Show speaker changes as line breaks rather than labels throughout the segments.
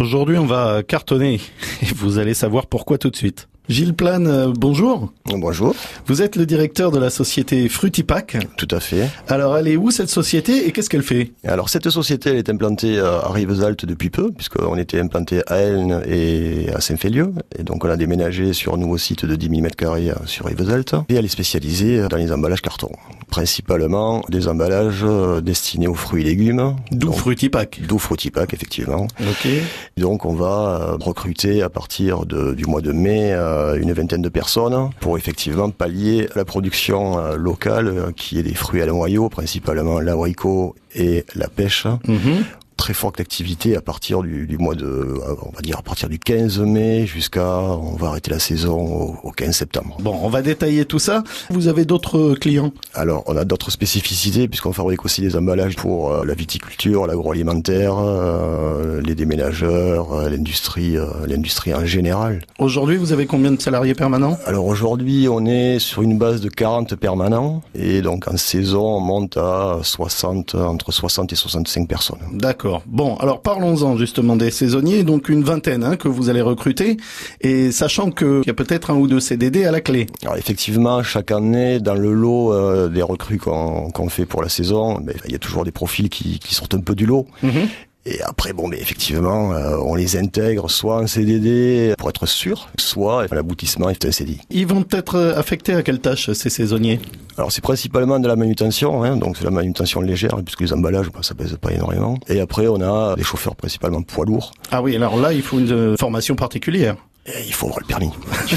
Aujourd'hui, on va cartonner et vous allez savoir pourquoi tout de suite. Gilles Plane, euh, bonjour.
Bonjour,
Vous êtes le directeur de la société Frutipack.
tout à fait.
Alors, elle est où cette société et qu'est-ce qu'elle fait
Alors cette société, elle est implantée euh, à Rivesaltes depuis peu, puisqu'on était implanté à Elne et à Saint-Félieu. Et donc on a déménagé sur un nouveau site de 10 000 m2 euh, sur Rivesaltes. Et elle est spécialisée euh, dans les emballages carton. Principalement des emballages euh, destinés aux fruits et légumes.
D'où
Donc,
Frutipack.
D'où Frutipac, effectivement.
Ok.
Donc on va euh, recruter à partir de- du mois de mai euh, une vingtaine de personnes pour effectivement pallier la production euh, locale euh, qui est des fruits à noyau, principalement l'abricot et la pêche.
Mhm.
Très forte activité à partir du, du mois de, euh, on va dire à partir du 15 mai jusqu'à, on va arrêter la saison au, au 15 septembre.
Bon, on va détailler tout ça. Vous avez d'autres clients
Alors on a d'autres spécificités puisqu'on fabrique aussi des emballages pour euh, la viticulture, l'agroalimentaire, euh, les déménageurs, euh, l'industrie, euh, l'industrie en général.
Aujourd'hui, vous avez combien de salariés permanents
Alors aujourd'hui, on est sur une base de 40 permanents et donc en saison, on monte à 60, entre 60 et 65 personnes.
D'accord. Bon, alors parlons-en justement des saisonniers, donc une vingtaine hein, que vous allez recruter, et sachant que- qu'il y a peut-être un ou deux CDD à la clé.
Alors effectivement, chaque année, dans le lot euh, des recrues qu'on qu'on fait pour la saison, ben, il y a toujours des profils qui, qui sortent un peu du lot.
Mhm.
Et après, bon, mais effectivement, euh, on les intègre soit en CDD pour être sûr, soit l'aboutissement est un CDI.
Ils vont peut-être euh, affectés à quelle tâche ces saisonniers
Alors c'est principalement de la manutention, hein, donc c'est la manutention légère, puisque les emballages, bah, ça pèse pas énormément. Et après on a des chauffeurs principalement poids lourds.
Ah oui, alors là, il faut une euh, formation particulière.
Et Eh, il faut avoir le permis.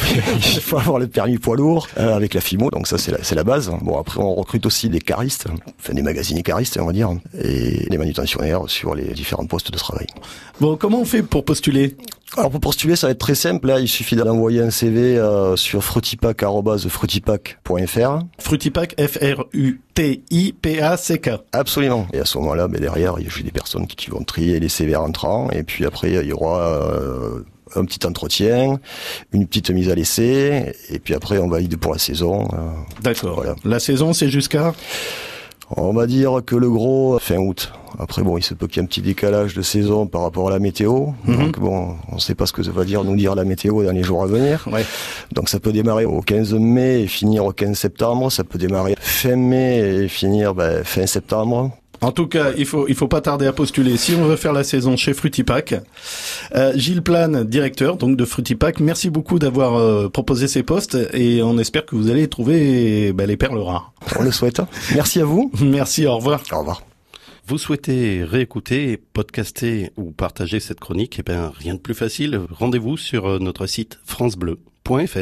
il faut avoir le permis poids lourd euh, avec la FIMO, donc ça c'est la, c'est la base. Bon après on recrute aussi des caristes, enfin des magasiniers caristes on va dire, et des manutentionnaires sur les différents postes de travail.
Bon, comment on fait pour postuler
Alors pour postuler, ça va être très simple. Là, il suffit d'envoyer un CV euh, sur frutipac@frutipac.fr.
Frutipac, F-R-U-T-I-P-A-C-K.
Absolument. Et à ce moment-là, ben derrière, il y a des personnes qui qui vont trier les CV rentrants. Et puis après, il y aura euh, un petit entretien, une petite mise à l'essai. Et puis après, on valide pour la saison. Euh,
D'accord.
Voilà.
La saison, c'est jusqu'à
On va dire que le gros, euh, fin août. Après, bon, il se peut qu'il y ait un petit décalage de saison par rapport à la météo. Donc bon, on ne sait pas ce que ça va dire, nous dire la météo dans les jours à venir.
Ouais.
Donc ça peut démarrer au 15 mai et finir au 15 septembre. Ça peut démarrer fin mai et finir ben, fin septembre.
En tout cas, il faut il faut pas tarder à postuler si on veut faire la saison chez Frutipac. Euh, Gilles Plane, directeur donc de Frutipac, merci beaucoup d'avoir euh, proposé ces postes et on espère que vous allez trouver bah, les perles rares.
On le souhaite. hein. Merci à vous.
Merci, au revoir.
Au revoir.
Vous souhaitez réécouter, podcaster ou ben, partager cette chronique Eh bien, rien de plus facile. Rendez-vous sur euh, notre site francebleu.fr.